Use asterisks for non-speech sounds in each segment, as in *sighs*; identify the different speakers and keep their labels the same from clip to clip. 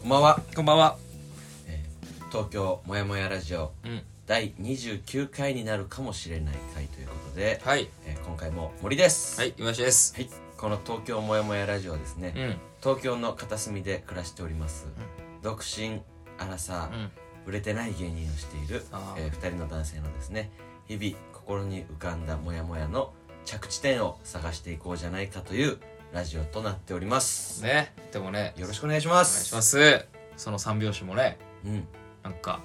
Speaker 1: こんばんは
Speaker 2: こんばんは。
Speaker 1: 東京もやもやラジオ
Speaker 2: うん。
Speaker 1: 第29回になるかもしれない回ということで、
Speaker 2: はい。
Speaker 1: えー今回も森です
Speaker 2: はい、今しです。
Speaker 1: はい、この東京もやもやラジオはですね、
Speaker 2: うん。うん。
Speaker 1: 東京の片隅で暮らしております、独身アラサー、売れてない芸人をしている、
Speaker 2: あ
Speaker 1: え
Speaker 2: ー
Speaker 1: 2人の男性のですね日々心に浮かんだモヤモヤの着地点を探していこうじゃないかというラジオとなっております、
Speaker 2: ね。でもね、
Speaker 1: よろし
Speaker 2: く
Speaker 1: くお願いしま
Speaker 2: お願い
Speaker 1: す
Speaker 2: します。その三拍子もね、
Speaker 1: うん
Speaker 2: なんか、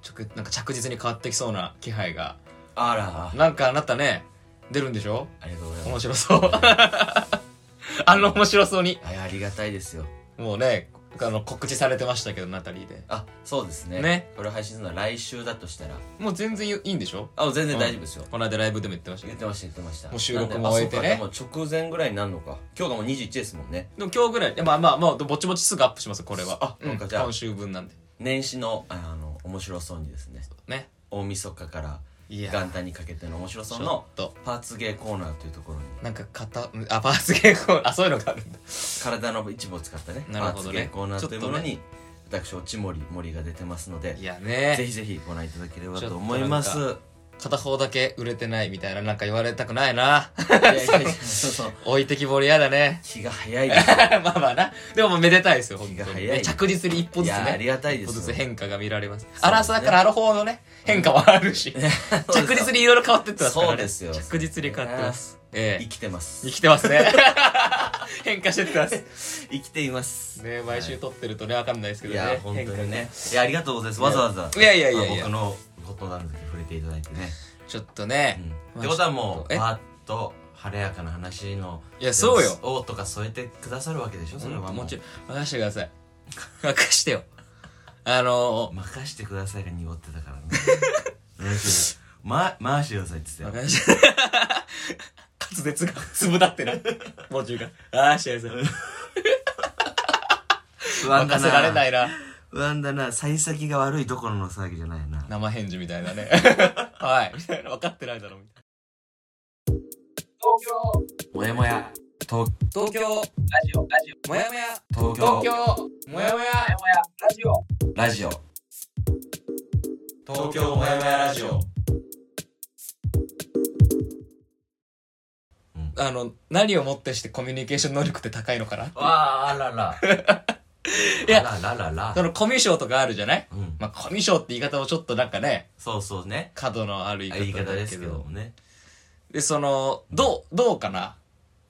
Speaker 2: ちょくなんか着実に変わってきそうな気配が。
Speaker 1: あら
Speaker 2: なんかあなたね、出るんでしょ
Speaker 1: ありがとうございます
Speaker 2: 面白そう。 *laughs* あの面白そうに。
Speaker 1: あありがたいですよ
Speaker 2: もうね、あの告知されてましたけど、ナタリーで。
Speaker 1: あそうですね
Speaker 2: ね
Speaker 1: これ配信するのは来週だとしたら
Speaker 2: もう全然いいんでしょ
Speaker 1: あ全然大丈夫ですよ、
Speaker 2: この間ライブでも言ってましたけ
Speaker 1: 言っ
Speaker 2: ど。
Speaker 1: てました言ってました
Speaker 2: もう収録も終えてね
Speaker 1: なんであそうかでも直前ぐらいになるのか今日がもう21ですもんね
Speaker 2: でも今日ぐらい、いやまあまあまあ、ぼちぼちすぐアップしますよこれは。
Speaker 1: あ
Speaker 2: うん
Speaker 1: なんかじゃあ
Speaker 2: 今週分なんで。
Speaker 1: 年始のああの面白そうにですね
Speaker 2: ね。
Speaker 1: 大晦日から
Speaker 2: いやー
Speaker 1: 元旦にかけての面白そう
Speaker 2: ちょ
Speaker 1: の
Speaker 2: っと。
Speaker 1: パーツ芸コーナーというところに
Speaker 2: なんか型あパーツ芸コーナーあそういうのがあるんだ
Speaker 1: 体の一部を使ったね
Speaker 2: なるほ
Speaker 1: パーツ
Speaker 2: どね
Speaker 1: 芸コーナーというものに、
Speaker 2: ち
Speaker 1: 私落ち森森が出てますので
Speaker 2: いや
Speaker 1: ぜ
Speaker 2: ね
Speaker 1: ひぜひご覧いただければと思います
Speaker 2: ちょ片方だけ売れてないみたいななんか言われたくないない *laughs*
Speaker 1: やいやいやそうそう
Speaker 2: 置いてきぼり嫌だね *laughs*
Speaker 1: 気が早いです
Speaker 2: まあまあなでももうめでたいですよ本
Speaker 1: 気が
Speaker 2: 当
Speaker 1: 早
Speaker 2: に、
Speaker 1: い
Speaker 2: ね、着実に一歩ずつ
Speaker 1: い
Speaker 2: ね
Speaker 1: やありがたいですよ
Speaker 2: 一歩ずつ変化が見られます
Speaker 1: すね
Speaker 2: アラサーからアラフォーのね変化もあ
Speaker 1: *laughs*
Speaker 2: るし着実にいろいろ変わってってますからね
Speaker 1: そうですよ
Speaker 2: 着実に変わってますえ
Speaker 1: 生
Speaker 2: え
Speaker 1: きてます
Speaker 2: 生きてますね
Speaker 1: *laughs*
Speaker 2: 変化してってます
Speaker 1: 生きています
Speaker 2: ね毎週撮ってるとねわかんないですけ
Speaker 1: い
Speaker 2: どね
Speaker 1: や本当に
Speaker 2: 変
Speaker 1: ねいやありがとうございますわざわざ
Speaker 2: いやいやいやいや
Speaker 1: あ僕のことなので触れていただいてね、
Speaker 2: 化ちょっとね、
Speaker 1: うん、ってことはもう
Speaker 2: え
Speaker 1: パッと晴れやかな話の
Speaker 2: いやそうよ
Speaker 1: 王とか添えてくださるわけでしょそれは
Speaker 2: うん
Speaker 1: も
Speaker 2: も
Speaker 1: う
Speaker 2: ちろん任してください *laughs* 任してよあの
Speaker 1: 任してくださいが濁ってた
Speaker 2: *laughs*
Speaker 1: からねうんま、回してくださいって言ってたよ
Speaker 2: 任して *laughs* 滑舌が粒だってなもう中がああ幸
Speaker 1: 不
Speaker 2: せ
Speaker 1: 安だ
Speaker 2: 任せられな
Speaker 1: ない
Speaker 2: な
Speaker 1: 不安だな幸先が悪いどころの騒ぎじゃないな
Speaker 2: 生返事みたいな *laughs* ねはいみたいな分かってないだろみたい
Speaker 1: もやもや東
Speaker 2: な東京ラジオラジオもやもや
Speaker 1: 東
Speaker 2: 東
Speaker 1: 京
Speaker 2: 京もやもや
Speaker 1: ラジオ東京もやもやラジオ
Speaker 2: あの何をもってしてコミュニケーション能力って高いのかな
Speaker 1: わああらら
Speaker 2: *laughs* いや
Speaker 1: あらららら
Speaker 2: そのコミュ障とかあるじゃない
Speaker 1: うん
Speaker 2: まあコミュ障って言い方もちょっとなんかね
Speaker 1: そうそうね
Speaker 2: 角のある言
Speaker 1: 言
Speaker 2: い
Speaker 1: い
Speaker 2: 方
Speaker 1: 方
Speaker 2: だ
Speaker 1: です
Speaker 2: け
Speaker 1: け
Speaker 2: ど
Speaker 1: どもね
Speaker 2: でそのどうどうかな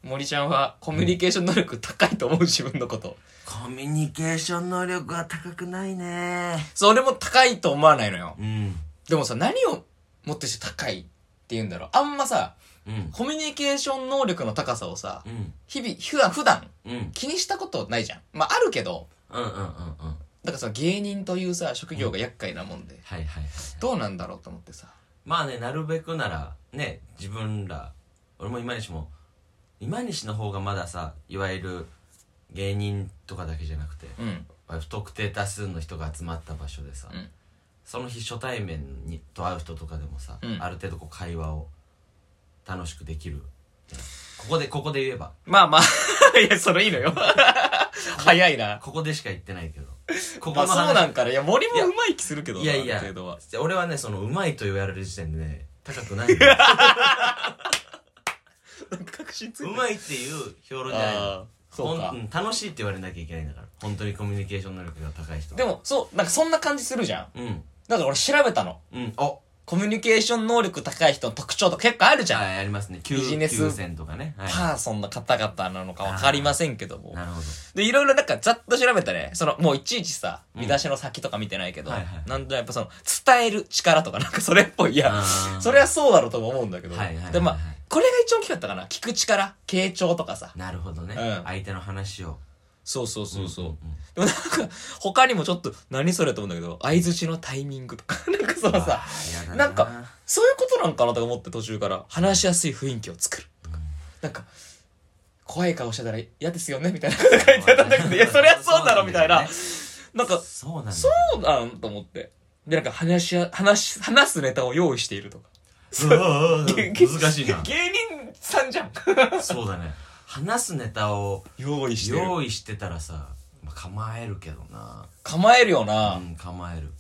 Speaker 2: 森ちゃんはコミュニケーション能力高いと思う自分のこと
Speaker 1: コミュニケーション能力が高くないね
Speaker 2: それも高いと思わないのよ
Speaker 1: うん
Speaker 2: でもさ何をもってして高いって言うんだろうあんまさ
Speaker 1: うん
Speaker 2: コミュニケーション能力の高さをさ
Speaker 1: うん
Speaker 2: 日々普段普段
Speaker 1: うんうん
Speaker 2: 気にしたことないじゃんまああるけど
Speaker 1: うんうんうん
Speaker 2: だからその芸人というさ職業が厄介なもんで
Speaker 1: はいはいはい
Speaker 2: どうなんだろうと思ってさ
Speaker 1: まあねなるべくならね自分ら俺も今西も今西の方がまださいわゆる芸人とかだけじゃなくて
Speaker 2: うん
Speaker 1: 不特定多数の人が集まった場所でさ、
Speaker 2: うん
Speaker 1: その日初対面にと会う人とかでもさ、
Speaker 2: うん
Speaker 1: ある程度こう会話を楽しくできるここでここで言えば
Speaker 2: まあまあ *laughs* いやそれいいのよ早いな
Speaker 1: ここでしか言って
Speaker 2: *laughs*
Speaker 1: ないけどこ
Speaker 2: ま
Speaker 1: この
Speaker 2: あそう
Speaker 1: 話
Speaker 2: なんかないや森もうまい気するけどない
Speaker 1: やい
Speaker 2: あ
Speaker 1: や
Speaker 2: る程度は
Speaker 1: 俺はねそのうまいと言われる時点でね高く
Speaker 2: *laughs*
Speaker 1: ないの
Speaker 2: 確信つ
Speaker 1: う
Speaker 2: いて
Speaker 1: まいっていう評論じゃないの
Speaker 2: あーそうか
Speaker 1: ほんん楽しいって言われなきゃいけないんだから本当にコミュニケーション能力が高い人
Speaker 2: でもそうなんかそんな感じするじゃん
Speaker 1: うん
Speaker 2: だから俺調べたの
Speaker 1: うんお
Speaker 2: コミュニケーション能力高い人の特徴とか結構あるじ
Speaker 1: じ
Speaker 2: ゃん、
Speaker 1: ゃあやりますね
Speaker 2: ビジネス
Speaker 1: 9戦とかねはい
Speaker 2: パーソンの方々なのか分かりませんけども
Speaker 1: なるほど
Speaker 2: でいろいろなんかざっと調べたねそのもういちいちさ
Speaker 1: うん
Speaker 2: 見出しの先とか見てないけど、
Speaker 1: はいはい
Speaker 2: なんとやっぱその伝える力とかなんかそれっぽいいや
Speaker 1: あー
Speaker 2: それはそうだろうとも思うんだけど、
Speaker 1: はいはいはいはい
Speaker 2: でまあこれが一番大きかったかな聞く力傾聴とかさ
Speaker 1: なるほどね、
Speaker 2: うん
Speaker 1: 相手の話を
Speaker 2: そうそうそうそう、
Speaker 1: んん
Speaker 2: でもなんか他にもちょっと何それと思うんだけど相づちのタイミングとか *laughs* なんかそのさ
Speaker 1: あーやだ
Speaker 2: なんかそういうことなんかなとか思って途中から話しやすい雰囲気を作るとか、なんか怖い顔してたら嫌ですよねみたいなこと書いてあったんだけ
Speaker 1: *laughs*
Speaker 2: どいやそりゃそうだろみたいななんか
Speaker 1: そうなんだよね
Speaker 2: そ
Speaker 1: そう
Speaker 2: うなんと思ってでなんか話しや話し話すネタを用意しているとか *laughs*
Speaker 1: なんだ
Speaker 2: げ
Speaker 1: よ
Speaker 2: げ
Speaker 1: 難しいな
Speaker 2: 芸人
Speaker 1: *laughs*
Speaker 2: さんじゃん
Speaker 1: そうだね話すネタを
Speaker 2: 用意してる
Speaker 1: 用意してたらさまあ、構えるけどな
Speaker 2: 構えるよな、
Speaker 1: うん構える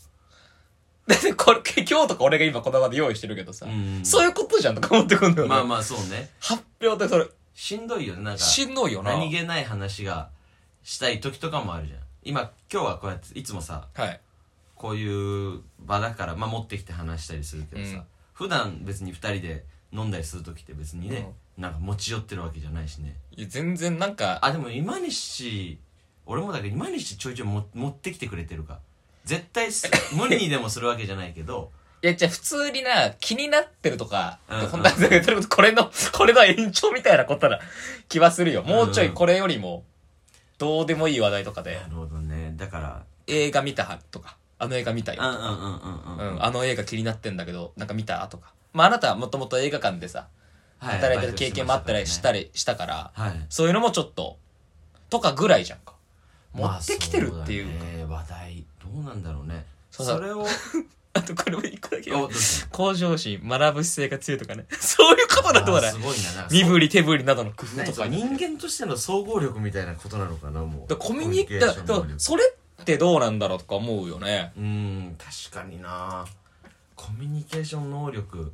Speaker 2: だってこれ今日とか俺が今こだわって用意してるけどさ、
Speaker 1: うん
Speaker 2: そういうことじゃんとか思ってくんのよ、ね
Speaker 1: まあまあそうね
Speaker 2: 発表ってそれ
Speaker 1: しんどいよねなんか
Speaker 2: しんどいよな
Speaker 1: 何気ない話がしたい時とかもあるじゃん今今日はこうやっていつもさ
Speaker 2: はい
Speaker 1: こういう場だから、まあ、持ってきて話したりするけどさ、
Speaker 2: うん
Speaker 1: 普段別に2人で飲んだりする時って別にね、なんか持ち寄ってるわけじゃないしね
Speaker 2: いや全然なんか
Speaker 1: あでも今西俺もだけど今西ちょいちょいも持ってきてくれてるか絶対す無理にでもするわけじゃないけど
Speaker 2: いやじゃあ普通にな気になってるとか、
Speaker 1: うんうん
Speaker 2: 本当はそれこそこれの *laughs* これの延長みたいなことな気はするよもうちょいこれよりもどうで *laughs* もいい話題とかで
Speaker 1: なるほどねだから
Speaker 2: 映画見たとかあの映画見たよ
Speaker 1: うんうんうんうんうん、
Speaker 2: うん、あの映画気になってんだけどなんか見たとか、まあ、あなたはもともと映画館でさ
Speaker 1: は
Speaker 2: 働いてる経験もあったりした
Speaker 1: り
Speaker 2: りしたから
Speaker 1: はい
Speaker 2: そういうのもちょっととかぐらいじゃんか *laughs* 持ってきてるっていう,、
Speaker 1: まあそうだね話題どうなんだろうね
Speaker 2: そ
Speaker 1: そう
Speaker 2: だ
Speaker 1: れを
Speaker 2: あとこれも一個だけ
Speaker 1: おどうした
Speaker 2: 向上心学ぶ姿勢が強いとかね *laughs* そういうことだ
Speaker 1: *laughs*
Speaker 2: とは
Speaker 1: あ
Speaker 2: ね
Speaker 1: すごいななんか
Speaker 2: 身振り手振りなどの工夫
Speaker 1: 何
Speaker 2: と
Speaker 1: か
Speaker 2: か
Speaker 1: 人間としての総合力みたいなことなのかなもう
Speaker 2: だコミュニケーションだ
Speaker 1: コ
Speaker 2: か
Speaker 1: ミュニケ
Speaker 2: ら
Speaker 1: ーシ
Speaker 2: それってどうなんだろうとか思うよね
Speaker 1: ョン能力うーん確かになコミュニケーション能力、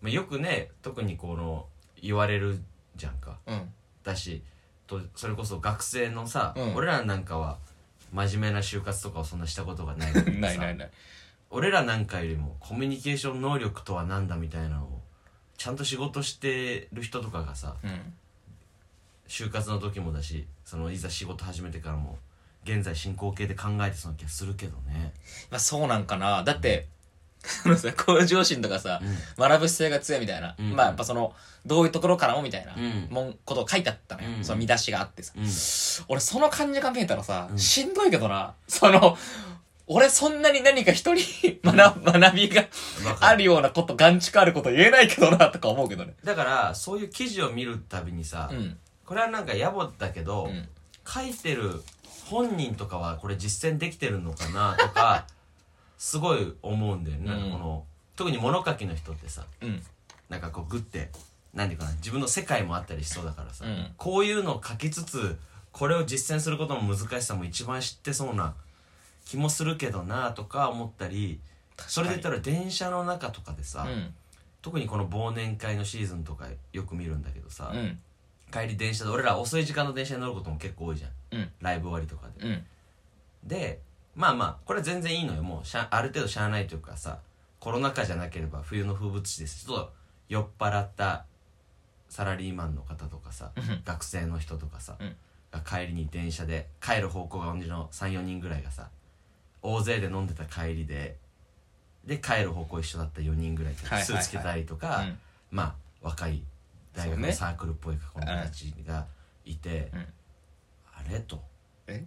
Speaker 1: まあ、よくね特にこの言われるじゃんか
Speaker 2: うん
Speaker 1: だしとそれこそ学生のさ、
Speaker 2: うん
Speaker 1: 俺らなんかは真面目な就活とかをそんなしたことがない
Speaker 2: *laughs* ないない
Speaker 1: い
Speaker 2: ない
Speaker 1: 俺らなんかよりもコミュニケーション能力とは何だみたいなのをちゃんと仕事してる人とかがさ
Speaker 2: うん
Speaker 1: 就活の時もだしそのいざ仕事始めてからも現在進行形で考えてそうな気がするけどね
Speaker 2: まあそうなんかなだって
Speaker 1: *laughs*
Speaker 2: あのさ向上心とかさ、学ぶ姿勢が強いみたいな、
Speaker 1: うん
Speaker 2: まあやっぱそのどういうところからもみたいな、
Speaker 1: うん
Speaker 2: もんことを書いてあったのよ、
Speaker 1: うん
Speaker 2: その見出しがあってさ
Speaker 1: うん
Speaker 2: 俺その感じが見えたらさ、
Speaker 1: うん
Speaker 2: しんどいけどなその俺そんなに何か人に *laughs* 学学びが
Speaker 1: わか
Speaker 2: あ
Speaker 1: る
Speaker 2: るようなこと眼蓄あること言えないけどなとか思うけどね
Speaker 1: だからそういう記事を見るたびにさ、
Speaker 2: うん
Speaker 1: これはなんか野暮だけど、
Speaker 2: うん
Speaker 1: 書いてる本人とかはこれ実践できてるのかなと *laughs* かすごい思うんだよね、なんかこの特に物書きの人ってさ
Speaker 2: うん
Speaker 1: なんかこうグッて何ていうかな自分の世界もあったりしそうだからさ、
Speaker 2: うん
Speaker 1: こういうのを書きつつこれを実践することの難しさも一番知ってそうな気もするけどなとか思ったりそれで言ったら電車の中とかでさ、
Speaker 2: うん
Speaker 1: 特にこの忘年会のシーズンとかよく見るんだけどさ、
Speaker 2: うん
Speaker 1: 帰り電車で俺ら遅い時間の電車に乗ることも結構多いじゃん
Speaker 2: うん
Speaker 1: ライブ終わりとかで
Speaker 2: うん
Speaker 1: でまあまあこれは全然いいのよもうしゃある程度しゃあないというかさコロナ禍じゃなければ冬の風物詩ですちょっと酔っ払ったサラリーマンの方とかさ
Speaker 2: うん
Speaker 1: 学生の人とかさ、
Speaker 2: うん
Speaker 1: が帰りに電車で帰る方向が同じの34人ぐらいがさ大勢で飲んでた帰りでで帰る方向一緒だった4人ぐらい
Speaker 2: はいはいはい
Speaker 1: スーツ着てたりとか、
Speaker 2: うん
Speaker 1: まあ若い大学
Speaker 2: そう
Speaker 1: の
Speaker 2: ね
Speaker 1: サークルっぽい子供たちがいて、
Speaker 2: うん
Speaker 1: あれと
Speaker 2: え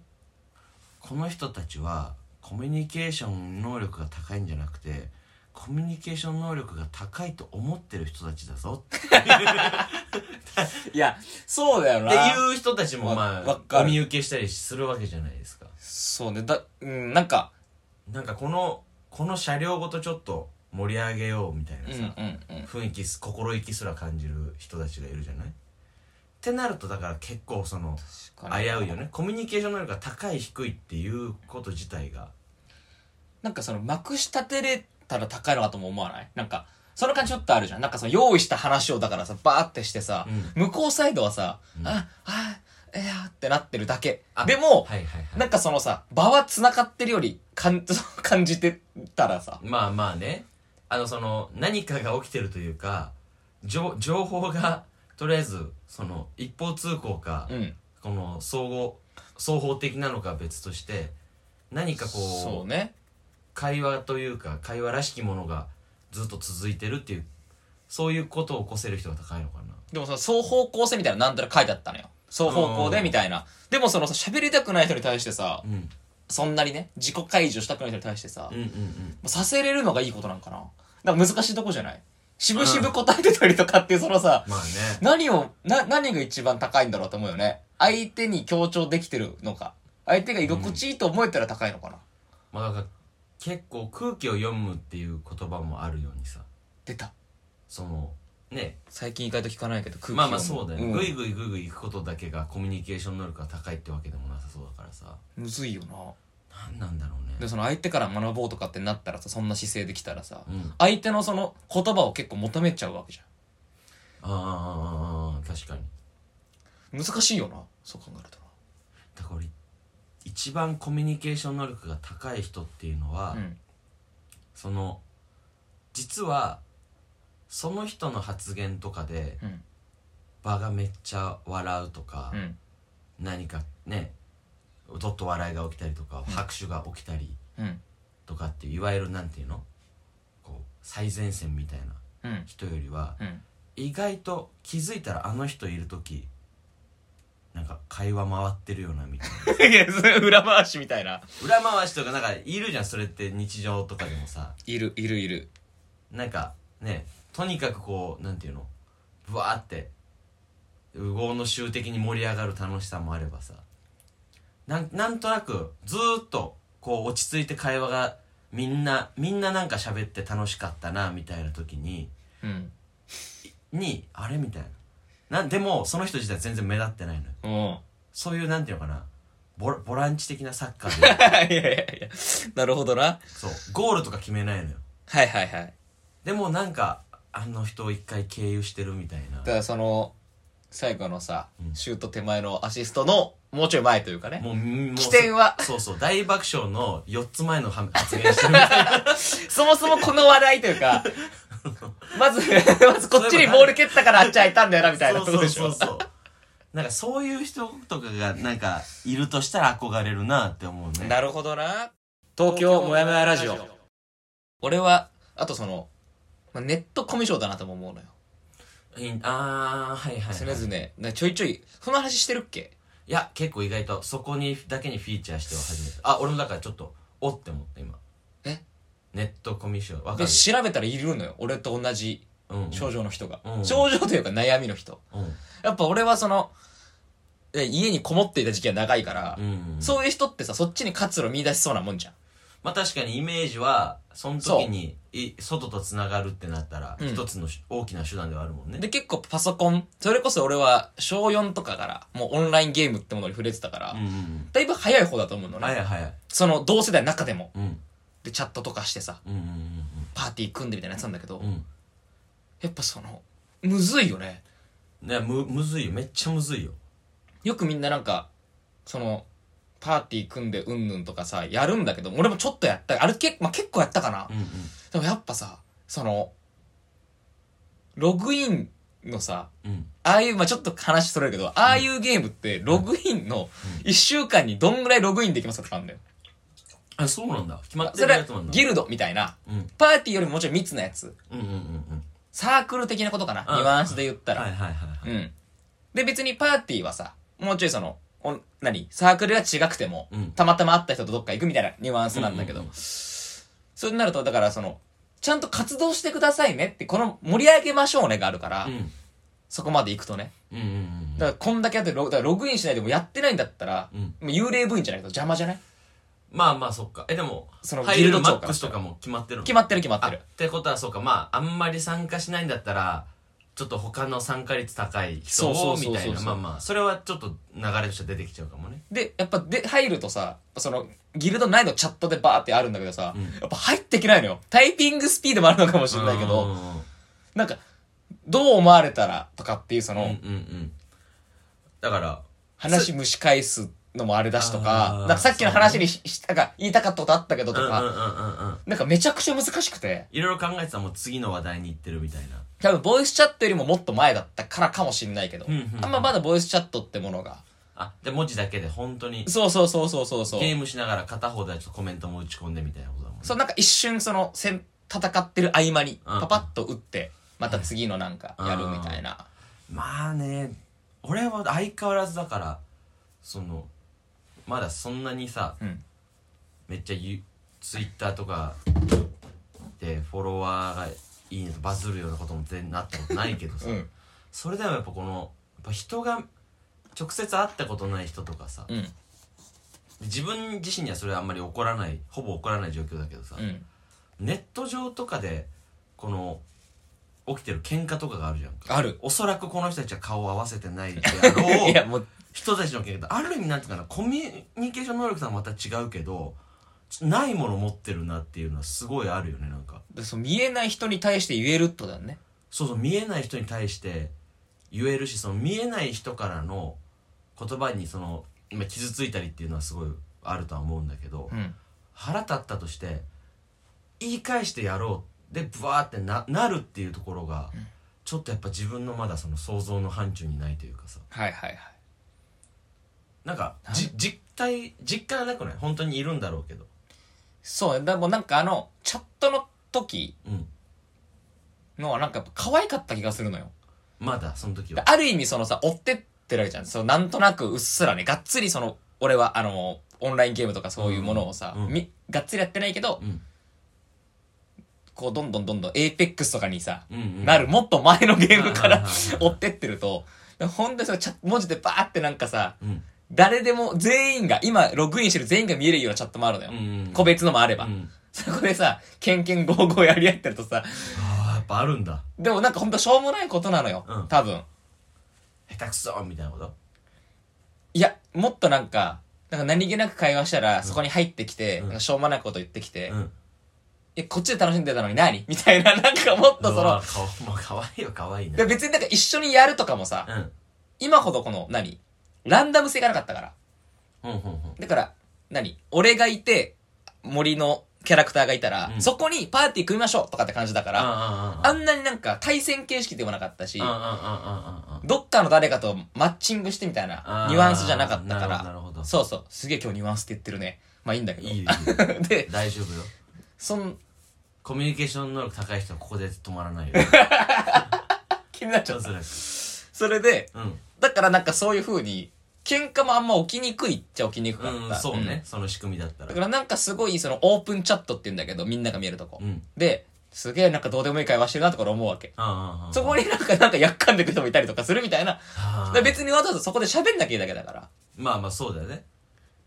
Speaker 1: この人たちはコミュニケーション能力が高いんじゃなくてコミュニケーション能力が高いと思ってる人たちだぞって
Speaker 2: いやそうだよな
Speaker 1: いう人たちもま
Speaker 2: わわ
Speaker 1: あ
Speaker 2: か
Speaker 1: お
Speaker 2: る
Speaker 1: 見受けしたりするわけじゃないですか
Speaker 2: そうねだうんなんか
Speaker 1: なんかこのこの車両ごとちょっと盛り上げようみたいな
Speaker 2: うん
Speaker 1: さ、
Speaker 2: うんうん
Speaker 1: 雰囲気す心意気すら感じる人たちがいるじゃないってなるとだから結構その危ういよねコミュニケーション能力が高い低いっていうこと自体が
Speaker 2: なんかその、まくし立てれたら高いのかとも思わないなんか、その感じちょっとあるじゃん。なんかその、用意した話をだからさ、バーってしてさ、向こうサイドはさ、
Speaker 1: うん
Speaker 2: あ、あ、えやーってなってるだけ
Speaker 1: あ。
Speaker 2: でも、
Speaker 1: はいはいは
Speaker 2: なん
Speaker 1: い
Speaker 2: かそのさ、場は繋がってるより、感感じてたらさ、
Speaker 1: まあまあねあのその何かが起きてるというか情情報がとりあえずその一方通行か、
Speaker 2: うん。
Speaker 1: この総合双方的なのかは別として何かこ
Speaker 2: そうね。
Speaker 1: 会話というか会話らしきものがずっと続いてるっていうそういうことを起こせる人が高いのかな
Speaker 2: でもその、双方向性みたいな、なんとなく書いてあったのよ。双方向でみたいな。でもそのさ、喋りたくない人に対してさ、
Speaker 1: うん
Speaker 2: そんなにね、自己解除したくない人に対してさ、
Speaker 1: うんうんうん
Speaker 2: させれるのがいいことなんかななんか難しいとこじゃない渋々答えてたりとかっていうそのさ、
Speaker 1: まあね
Speaker 2: 何を、な、何が一番高いんだろうと思うよね。相手に強調できてるのか。相手が居心地いいと思えたら高いのかな。
Speaker 1: まあだから結構空気を読むっていう言葉もあるようにさ
Speaker 2: 出た。
Speaker 1: そのね
Speaker 2: 最近意外と聞かないけど空気
Speaker 1: まあまあそうだよね、
Speaker 2: ん
Speaker 1: ぐいぐいぐいぐい行くことだけがコミュニケーション能力が高いってわけでもなさそうだからさ
Speaker 2: むずいよな
Speaker 1: 何なんだろうね
Speaker 2: でその相手から学ぼうとかってなったらさそんな姿勢できたらさ、
Speaker 1: うん
Speaker 2: 相手のその言葉を結構求めちゃうわけじ
Speaker 1: ああああああ確かに
Speaker 2: ゃん難しいよなそう考えると
Speaker 1: だから俺一番コミュニケーション能力が高い人っていうのは、
Speaker 2: なうん
Speaker 1: その実はその人の発言とかで
Speaker 2: うん
Speaker 1: 場がめっちゃ笑うとか、
Speaker 2: うん
Speaker 1: 何かねどっと笑いが起きたりとか拍手が起きたり
Speaker 2: うん
Speaker 1: とかっていういわゆるなんていうのこう最前線みたいな
Speaker 2: うん
Speaker 1: 人よりは
Speaker 2: うん
Speaker 1: 意外と気づいたらあの人いる時なんか会話回ってるよなみたいな
Speaker 2: *laughs* いやそれ裏回しみたいな
Speaker 1: 裏回しとかなんかいるじゃんそれって日常とかでもさ
Speaker 2: いるいるいる
Speaker 1: なんかねとにかくこうなんていうのブワーって右往の衆的に盛り上がる楽しさもあればさなんなんとなくずーっとこう落ち着いて会話がみんなみんななんか喋って楽しかったなみたいな時に
Speaker 2: うん
Speaker 1: にあれみたいななんでもその人自体全然目立ってないのよ
Speaker 2: うん
Speaker 1: そういうなんていうのかなボラボランチ的なサッカ
Speaker 2: *laughs*
Speaker 1: ーで
Speaker 2: *laughs* いやいやいやなるほどな
Speaker 1: そうゴールとか決めないのよ
Speaker 2: はいはいはい
Speaker 1: でもなんかあの人を一回経由してるみたいな
Speaker 2: だからその最後のさ、
Speaker 1: うん
Speaker 2: シュート手前のアシストのもうちょい前というかね
Speaker 1: もう、もう
Speaker 2: 起点は
Speaker 1: そうそう、大爆笑の4つ前のは発言してるみたいな。
Speaker 2: そもそもこの話題とい
Speaker 1: *laughs*
Speaker 2: うかまず *laughs* まずこっちにボール蹴ったからあっちゃいたんだよなみたいな
Speaker 1: *laughs* そうそ
Speaker 2: こと
Speaker 1: う
Speaker 2: でし
Speaker 1: そう
Speaker 2: ょ
Speaker 1: そう。なんかそういう人とかがなんかいるとしたら憧れるなって思うね。
Speaker 2: なるほどな東京もやもやラジオ俺はあとその、まあ、ネットコミュ障だなとも思うのよ
Speaker 1: いいあー、はいはい、
Speaker 2: 常
Speaker 1: はい。
Speaker 2: 々、ね、ちょいちょいその話してるっけ
Speaker 1: いや、結構意外とそこにだけにフィーチャーしては初めて。あ、俺もだからちょっと、おって思った今。
Speaker 2: え
Speaker 1: ネットコミュ障。わか
Speaker 2: で
Speaker 1: る。
Speaker 2: 調べたらいるのよ俺と同じ
Speaker 1: うん。
Speaker 2: 症状の人が、
Speaker 1: うん
Speaker 2: 症状というか悩みの人
Speaker 1: うん。
Speaker 2: やっぱ俺はそのえ家にこもっていた時期が長いから、
Speaker 1: うん。
Speaker 2: そういう人ってさそっちに活路見出しそうなもんじゃん
Speaker 1: まあ確かにイメージは、その時にい外とつながるってなったら、
Speaker 2: うん
Speaker 1: 一つのし大きな手段ではあるもんね。
Speaker 2: で結構パソコンそれこそ俺は小4とかからもうオンラインゲームってものに触れてたから、
Speaker 1: うんうん
Speaker 2: だいぶ早い方だと思う
Speaker 1: う
Speaker 2: の
Speaker 1: ん。
Speaker 2: ね、
Speaker 1: 早い早い。
Speaker 2: その同世代の中でも
Speaker 1: うん。
Speaker 2: でチャットとかしてさ
Speaker 1: うんうん
Speaker 2: パーティー組んでみたいなやつなんだけど、
Speaker 1: うんうん。
Speaker 2: やっぱそのむずいよね
Speaker 1: うん。ね、む、むずいよ。めっちゃむずいよ。
Speaker 2: よくみんななんかそのパーティー組んでうんぬんとかさやるんだけど俺もちょっとやったあれけ、まあ、結構やったかな、
Speaker 1: うんうん。
Speaker 2: でもやっぱさそのログインのさ
Speaker 1: うん。
Speaker 2: ああいう、まあ、ちょっと話それるけど、ああいうゲームって、ログインの1週間にどんぐらいログインできますかとかあるんだよ。
Speaker 1: あ、そうなんだ。決まって
Speaker 2: そ
Speaker 1: る
Speaker 2: れ
Speaker 1: や
Speaker 2: は
Speaker 1: つなんだ。
Speaker 2: ギルドみたいな、
Speaker 1: うん。
Speaker 2: パーティーよりももちろん密なやつ、
Speaker 1: うんうんうんうん。
Speaker 2: サークル的なことかな、
Speaker 1: うん
Speaker 2: ニュアンスで言ったら。
Speaker 1: はいはいはいはい。
Speaker 2: うん。で、別にパーティーはさ、もうちょいその、お何サークルが違くても、
Speaker 1: うん
Speaker 2: たまたま会った人とどっか行くみたいなニュアンスなんだけど、
Speaker 1: うんうんう
Speaker 2: それになると、だからその、ちゃんと活動してくださいねって、この盛り上げましょうねがあるから、
Speaker 1: うん。
Speaker 2: そこまで行くとね。
Speaker 1: うんうんうんう
Speaker 2: だ
Speaker 1: ん。
Speaker 2: からこんだけやってロ、だからログインしないでもやってないんだったら、
Speaker 1: うん
Speaker 2: もう幽霊部員じゃないけど邪魔じゃない
Speaker 1: まあまあそっか。え、でも、
Speaker 2: その
Speaker 1: 入れ
Speaker 2: ギ
Speaker 1: る
Speaker 2: ルド
Speaker 1: マ
Speaker 2: 長
Speaker 1: ッ
Speaker 2: か
Speaker 1: ク
Speaker 2: ら
Speaker 1: スとかも決まってるの
Speaker 2: 決まってる決まって
Speaker 1: あ
Speaker 2: る
Speaker 1: っ。てことはそうか。まあ、あんまり参加しないんだったら、ちょっと他の参加率高い人
Speaker 2: そ
Speaker 1: を、
Speaker 2: うそうそうそう
Speaker 1: みたいな。まあまあ、それはちょっと流れとして出てきちゃうかもね。
Speaker 2: で、やっぱで、入るとさ、その、ギルド内のチャットでバーってあるんだけどさ、
Speaker 1: うん
Speaker 2: やっぱ入っていけないのよ。タイピングスピードもあるのかもしれないけ
Speaker 1: うんう
Speaker 2: ど、
Speaker 1: んうん
Speaker 2: なんか、どう思われたらとかっていうその、
Speaker 1: うんうんうん。だから、
Speaker 2: 話蒸し返すのもあれだしと
Speaker 1: あー
Speaker 2: か、なんかさっきの話にし、しなんか言いたかったことあったけどとか、
Speaker 1: うんうんうんうんうん。
Speaker 2: なんかめちゃくちゃ難しくて、
Speaker 1: いろいろ考えてたらもう次の話題に行ってるみたいな。
Speaker 2: 多分ボイスチャットよりももっと前だったからかもしれないけど、
Speaker 1: うんうんうん
Speaker 2: あんままだボイスチャットってものが、
Speaker 1: あ、で、文字だけで本当に、
Speaker 2: そうそうそうそうそうそう。
Speaker 1: ゲームしながら片方ではちょっとコメントも打ち込んでみたいなことだもんね。
Speaker 2: そうなんか一瞬その戦戦ってる合間に
Speaker 1: うん
Speaker 2: パパッと打ってまた次のなんかやるみたいな
Speaker 1: まあね、俺は相変わらずだから、その、まだそんなにさ、
Speaker 2: うん
Speaker 1: めっちゃゆ、ツイッターとかでフォロワーがいいねとバズるようなことも全然なったことないけどさ、
Speaker 2: うん
Speaker 1: それでもやっぱこの、やっぱ人が直接会ったことない人とかさ、
Speaker 2: うん
Speaker 1: 自分自身にはそれはあんまり起こらない、ほぼ起こらない状況だけどさ、
Speaker 2: うん
Speaker 1: ネット上とかでこの起きてる喧嘩とかがあるじゃんか
Speaker 2: ある
Speaker 1: おそらくこの人たちは顔を合わせてないであろ
Speaker 2: *laughs* いうやもう
Speaker 1: 人たちの喧嘩ってある意味なんていうかなコミュニケーション能力とはまた違うけどちないもの持ってるなっていうのはすごいあるよねなんか
Speaker 2: そう見えない人に対して言えるとだね
Speaker 1: そうそう見えない人に対して言えるしその見えない人からの言葉にそのまあ傷ついたりっていうのはすごいあるとは思うんだけど、
Speaker 2: うん
Speaker 1: 腹立ったとして言い返してやろうでブワーってななるっていうところが、ちょっとやっぱ自分のまだその想像の範疇にないというかさ
Speaker 2: はいはいはい
Speaker 1: なんかじ実体実感はなくない本当にいるんだろうけど
Speaker 2: そうでもなんかあのチャットの時
Speaker 1: うん
Speaker 2: のはなんかやっぱ可愛かった気がするのよ
Speaker 1: まだその時
Speaker 2: で
Speaker 1: は
Speaker 2: ある意味そのさ追ってってるわけじゃんそのなんとなくうっすらねがっつりその俺はあのオンラインゲームとかそういうものをさ、
Speaker 1: うん
Speaker 2: みがっつりやってないけど、
Speaker 1: うん
Speaker 2: こうどんどんどんどんエーペックスとかにさ、
Speaker 1: うんうん
Speaker 2: なるもっと前のゲームか
Speaker 1: はい
Speaker 2: ら
Speaker 1: はいはいはい
Speaker 2: 追ってってるとでほんとにそのチャ文字でバーってなんかさ
Speaker 1: うん
Speaker 2: 誰でも全員が今ログインしてる全員が見えるようなチャットもあるのよ、
Speaker 1: うんうん
Speaker 2: 個別のもあれば、
Speaker 1: うん
Speaker 2: そこでさケンケンゴーゴーやり合ってるとさ
Speaker 1: ああやっぱあるんだ
Speaker 2: でもなんかほんとしょうもないことなのよ、
Speaker 1: うん
Speaker 2: 多分
Speaker 1: 下手くそみたいなこと
Speaker 2: いやもっとなんかなんか何気なく会話したらそこに入ってき
Speaker 1: う
Speaker 2: て、
Speaker 1: ん
Speaker 2: なんかしょうもないこと言ってきて、
Speaker 1: うん
Speaker 2: えこっちで楽しんでたのに何みたいななんかもっとそうの
Speaker 1: わ顔もかわいいよかわいい
Speaker 2: で
Speaker 1: ね
Speaker 2: 別になんか一緒にやるとかもさ、
Speaker 1: うん
Speaker 2: 今ほどこの何ランダム性がなかったから
Speaker 1: うんうんうん
Speaker 2: だから何俺がいて森のキャラクターがいたら、
Speaker 1: うん
Speaker 2: そこにパーティー組みましょうとかって感じだから、
Speaker 1: あ
Speaker 2: あ
Speaker 1: あ
Speaker 2: んなになんか対戦形式でもなかったし、
Speaker 1: ああああああああああ
Speaker 2: どっかの誰かとマッチングしてみたいな
Speaker 1: あー
Speaker 2: ニュアンスじゃなかった
Speaker 1: な
Speaker 2: か
Speaker 1: る
Speaker 2: ら
Speaker 1: ほどなるほど
Speaker 2: そうそうすげえ今日ニュアンスって言ってるねまあいいんだけど
Speaker 1: いいよ
Speaker 2: *laughs* で
Speaker 1: 大丈夫よ
Speaker 2: そん
Speaker 1: コミュニケーション能力高い人はここで止まら *laughs* ないよ
Speaker 2: 気になっちゃ
Speaker 1: お
Speaker 2: う
Speaker 1: そらく
Speaker 2: それで
Speaker 1: うん
Speaker 2: だからなんかそういう風に喧嘩もあんま起きにくいっちゃ起きにくかった、
Speaker 1: うんそうね、その仕組みだったら
Speaker 2: うんだからなんかすごいそのオープンチャットって言うんだけどみんなが見えるとこ、
Speaker 1: うん
Speaker 2: ですげえなんかどうでもいい会話してるなとか俺思うわけ
Speaker 1: ああ
Speaker 2: そこになんか、なんか、やっかんでく人もいたりとかするみたいな。だ
Speaker 1: あ
Speaker 2: か
Speaker 1: あ
Speaker 2: ら別にわざわざそこで喋んなきゃいいだけだから。
Speaker 1: まあまあそうだよね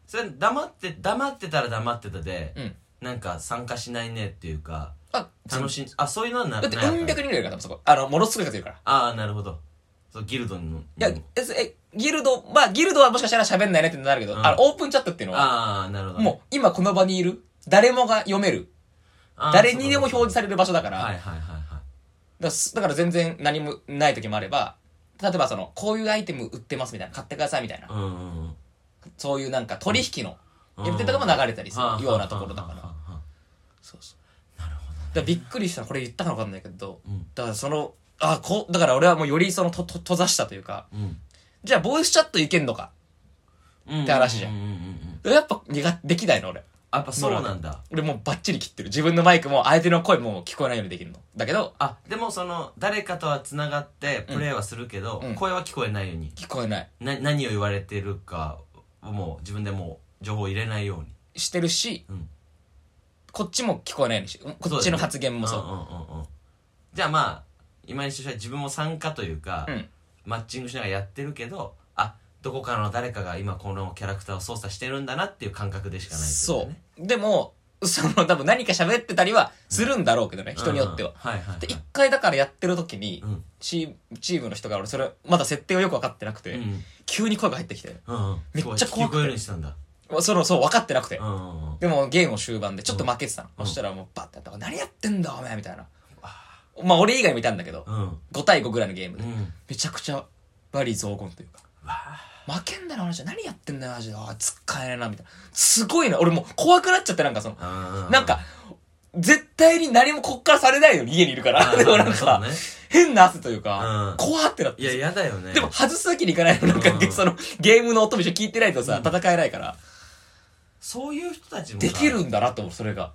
Speaker 1: それ黙って黙ってたら黙ってたで、
Speaker 2: うん。
Speaker 1: なんか参加しないねっていうか
Speaker 2: あ、
Speaker 1: 楽しんあそういうのはな
Speaker 2: だって、
Speaker 1: な
Speaker 2: うん百人ぐらいいるから、多分そこ。あの、ものすごい数いるから。
Speaker 1: ああなるほどそうギルドの
Speaker 2: いや、
Speaker 1: うん
Speaker 2: え、えギルド、まあ、ギルドはもしかしたら喋んないねってなるけど、
Speaker 1: うん
Speaker 2: あの、オープンチャットっていうのは、
Speaker 1: ああなるほどね、
Speaker 2: もう、今この場にいる、誰もが読める、
Speaker 1: ああ
Speaker 2: 誰にでも表示
Speaker 1: そ
Speaker 2: される場所だか
Speaker 1: う
Speaker 2: ら、
Speaker 1: だ
Speaker 2: だ
Speaker 1: ね
Speaker 2: か
Speaker 1: はいはいはいはい
Speaker 2: らすだから全然何もない時もあれば、例えばその、こういうアイテム売ってますみたいな、買ってくださいみたいな、
Speaker 1: うんうんうん
Speaker 2: そういうなんか取引の、
Speaker 1: うん
Speaker 2: やってたかも流れたりする
Speaker 1: はあ
Speaker 2: ようなところだか
Speaker 1: はあ。
Speaker 2: ら
Speaker 1: はあはあ
Speaker 2: そうそう
Speaker 1: なる
Speaker 2: ほど、だからびっくりしたこれ言ったか分かんないけど、
Speaker 1: うん
Speaker 2: だからそのあこうだから俺はもうよりそのとと閉ざしたというか
Speaker 1: うん
Speaker 2: じゃあボイスチャットいけんのか
Speaker 1: うん
Speaker 2: って話じゃん
Speaker 1: うんうんうんうん
Speaker 2: やっぱ苦できないの俺
Speaker 1: やっぱそうなんだ
Speaker 2: 俺もうバッチリ切ってる自分のマイクも相手の声も聞こえないようにできるのだけど
Speaker 1: あでもその誰かとはつながってプレーはするけど、
Speaker 2: うん
Speaker 1: 声は聞こえないように
Speaker 2: 聞こえない
Speaker 1: な何を言われてるかをもう自分でもう情報を入れないように
Speaker 2: してるし、
Speaker 1: うん
Speaker 2: こっちも聞こえないようにしこっちの発言もそう
Speaker 1: うんうんうんうんじゃあまあ今にしては自分も参加というか、
Speaker 2: うん
Speaker 1: マッチングしながらやってるけどあどこかの誰かが今このキャラクターを操作してるんだなっていう感覚でしかないってことだ
Speaker 2: そ
Speaker 1: よね
Speaker 2: うでもその多分何か喋ってたりはするんだろうけどね、人によっては、
Speaker 1: うんうんはいはいはい
Speaker 2: で一回だからやってる時に、
Speaker 1: うん
Speaker 2: チーチームの人が俺それまだ設定をよく分かってなくて、
Speaker 1: うん
Speaker 2: 急に声が入ってきて
Speaker 1: うんうん
Speaker 2: めっちゃ怖くて
Speaker 1: 聞こえるようにしたんだ
Speaker 2: そのそう分かってなくて、
Speaker 1: うんうんうん
Speaker 2: でもゲームの終盤でちょっと負けてたの、
Speaker 1: うん
Speaker 2: そしたらもうバッてやったから「何やってんだお前」みたいなまあ俺以外もいたんだけど、
Speaker 1: うん
Speaker 2: 5対5ぐらいのゲーム
Speaker 1: う
Speaker 2: で、
Speaker 1: ん
Speaker 2: めちゃくちゃバリ雑言というか
Speaker 1: わあ
Speaker 2: 負けんだな、マジで。何やってんだよ、マジで。ああ、つっかえないな、みたいな。すごいな。俺もう怖くなっちゃって、なんかその、
Speaker 1: うん
Speaker 2: なんか、絶対に何もこっからされないように家にいるから。
Speaker 1: あー
Speaker 2: *laughs* でもなんか、
Speaker 1: そうね
Speaker 2: 変な汗というか
Speaker 1: う、ん
Speaker 2: 怖ってなって。
Speaker 1: いや嫌だよね
Speaker 2: でも外すわけにいかないの。なんか、
Speaker 1: うん
Speaker 2: その、ゲームの音も一緒に聞いてないとさ、
Speaker 1: うん
Speaker 2: 戦えないから。
Speaker 1: そういう人たちもさ
Speaker 2: できるんだなと思う、それが。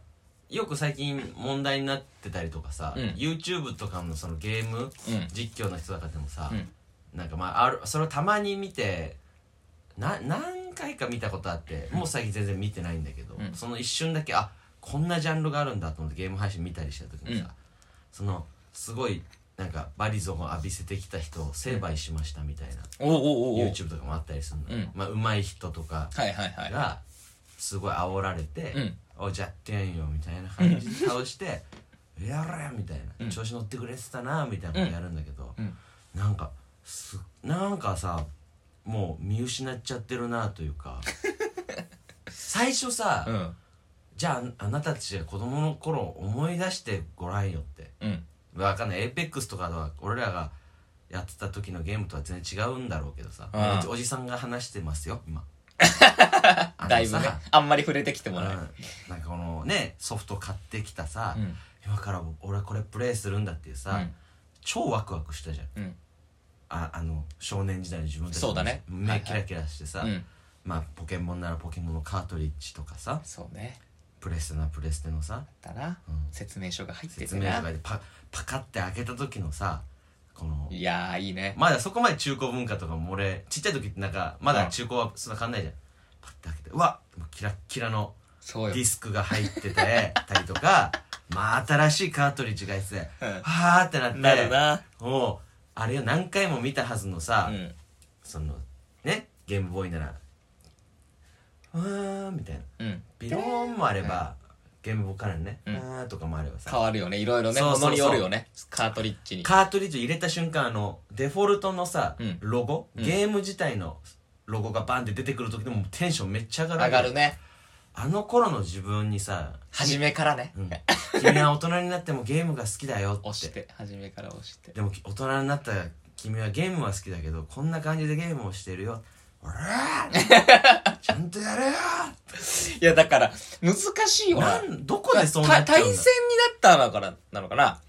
Speaker 1: よく最近問題になってたりとかさ、
Speaker 2: うん
Speaker 1: YouTube とかのそのゲーム
Speaker 2: うん。
Speaker 1: 実況の人とかでもさ、
Speaker 2: うん
Speaker 1: なんかまああるそれをたまに見てな何回か見たことあってもう最近全然見てないんだけど、
Speaker 2: うん
Speaker 1: その一瞬だけあこんなジャンルがあるんだと思ってゲーム配信見たりした時にさ、
Speaker 2: うん
Speaker 1: そのすごいなんかバリゾンを浴びせてきた人を成敗しましたみたいな、
Speaker 2: おうおうおうおう
Speaker 1: YouTube とかもあったりするの、
Speaker 2: うん
Speaker 1: まあ上手い人とか
Speaker 2: はいはいはい。
Speaker 1: がすごい煽られて、
Speaker 2: うん *laughs*
Speaker 1: おじゃってやんよみたいな感じで倒してえ「やれ!」みたいな、
Speaker 2: うん
Speaker 1: 調子乗ってくれてたな」みたいなことやるんだけど、
Speaker 2: うん
Speaker 1: なんかすなんかさもう見失っちゃってるなという
Speaker 2: *laughs*
Speaker 1: か最初さ、
Speaker 2: うん
Speaker 1: じゃああなたたちが子供の頃を思い出してごらんよって
Speaker 2: うん
Speaker 1: わかんないエイペックスとかは俺らがやってた時のゲームとは全然違うんだろうけどさ
Speaker 2: うん
Speaker 1: うちおじさんが話してますよ
Speaker 2: *laughs*
Speaker 1: 今あの
Speaker 2: だいぶね
Speaker 1: さ
Speaker 2: あんまり触れてきて
Speaker 1: うん
Speaker 2: もらえ
Speaker 1: なんかこのねソフト買ってきたさ、
Speaker 2: うん
Speaker 1: 今から俺はこれプレイするんだっていうさ、
Speaker 2: うん
Speaker 1: 超ワクワクしたじゃん
Speaker 2: うん
Speaker 1: ああの少年時代の自分たち
Speaker 2: そうだね
Speaker 1: 目キラキラしてさ、
Speaker 2: うん
Speaker 1: まあポケモンならポケモンのカートリッジとかさ
Speaker 2: そうね
Speaker 1: プレステならプレステのさ
Speaker 2: だな
Speaker 1: うん
Speaker 2: 説明書が入って
Speaker 1: 説
Speaker 2: て
Speaker 1: 明
Speaker 2: な
Speaker 1: とかでパパカって開けた時のさこの
Speaker 2: いやーいいね
Speaker 1: まだそこまで中古文化とかも俺ちっちゃい時ってなんかまだ中古はそんな変わんないじゃんパッて開けてうわっキラッキラの
Speaker 2: そう
Speaker 1: デ
Speaker 2: よ
Speaker 1: ィスクが入
Speaker 2: *laughs*
Speaker 1: っててたりとかまあ新しいカートリッジが入ってて
Speaker 2: うん
Speaker 1: はーってなって
Speaker 2: なるな
Speaker 1: もうあれを何回も見たはずのさ、
Speaker 2: うん
Speaker 1: そのねゲームボーイなら「うーん」みたいな
Speaker 2: うん
Speaker 1: ビローンもあれば、ゲームボーイからのね「う
Speaker 2: うん
Speaker 1: ーん」とかもあればさ
Speaker 2: 変わるよねいろいろね
Speaker 1: そうそうそう
Speaker 2: 物によるよねカートリッジに
Speaker 1: カートリッジ入れた瞬間あのデフォルトのさ、
Speaker 2: うん
Speaker 1: ロゴ
Speaker 2: うん
Speaker 1: ゲーム自体のロゴがバンって出てくる時でもテンションめっちゃ上がる
Speaker 2: 上がるね
Speaker 1: あの頃の自分にさ「
Speaker 2: 初めからね
Speaker 1: うん、君は大人になってもゲームが好きだよ」
Speaker 2: 押
Speaker 1: っ
Speaker 2: してて初めから押して
Speaker 1: でも大人になった君はゲームは好きだけどこんな感じでゲームをしてる
Speaker 2: *laughs*
Speaker 1: よ「俺らちゃんとやれよ!」
Speaker 2: いやだから難しいよ
Speaker 1: な
Speaker 2: なん
Speaker 1: どこでそうな
Speaker 2: た
Speaker 1: っちゃ
Speaker 2: 対
Speaker 1: うん
Speaker 2: 戦に
Speaker 1: だ
Speaker 2: なったのからなのかな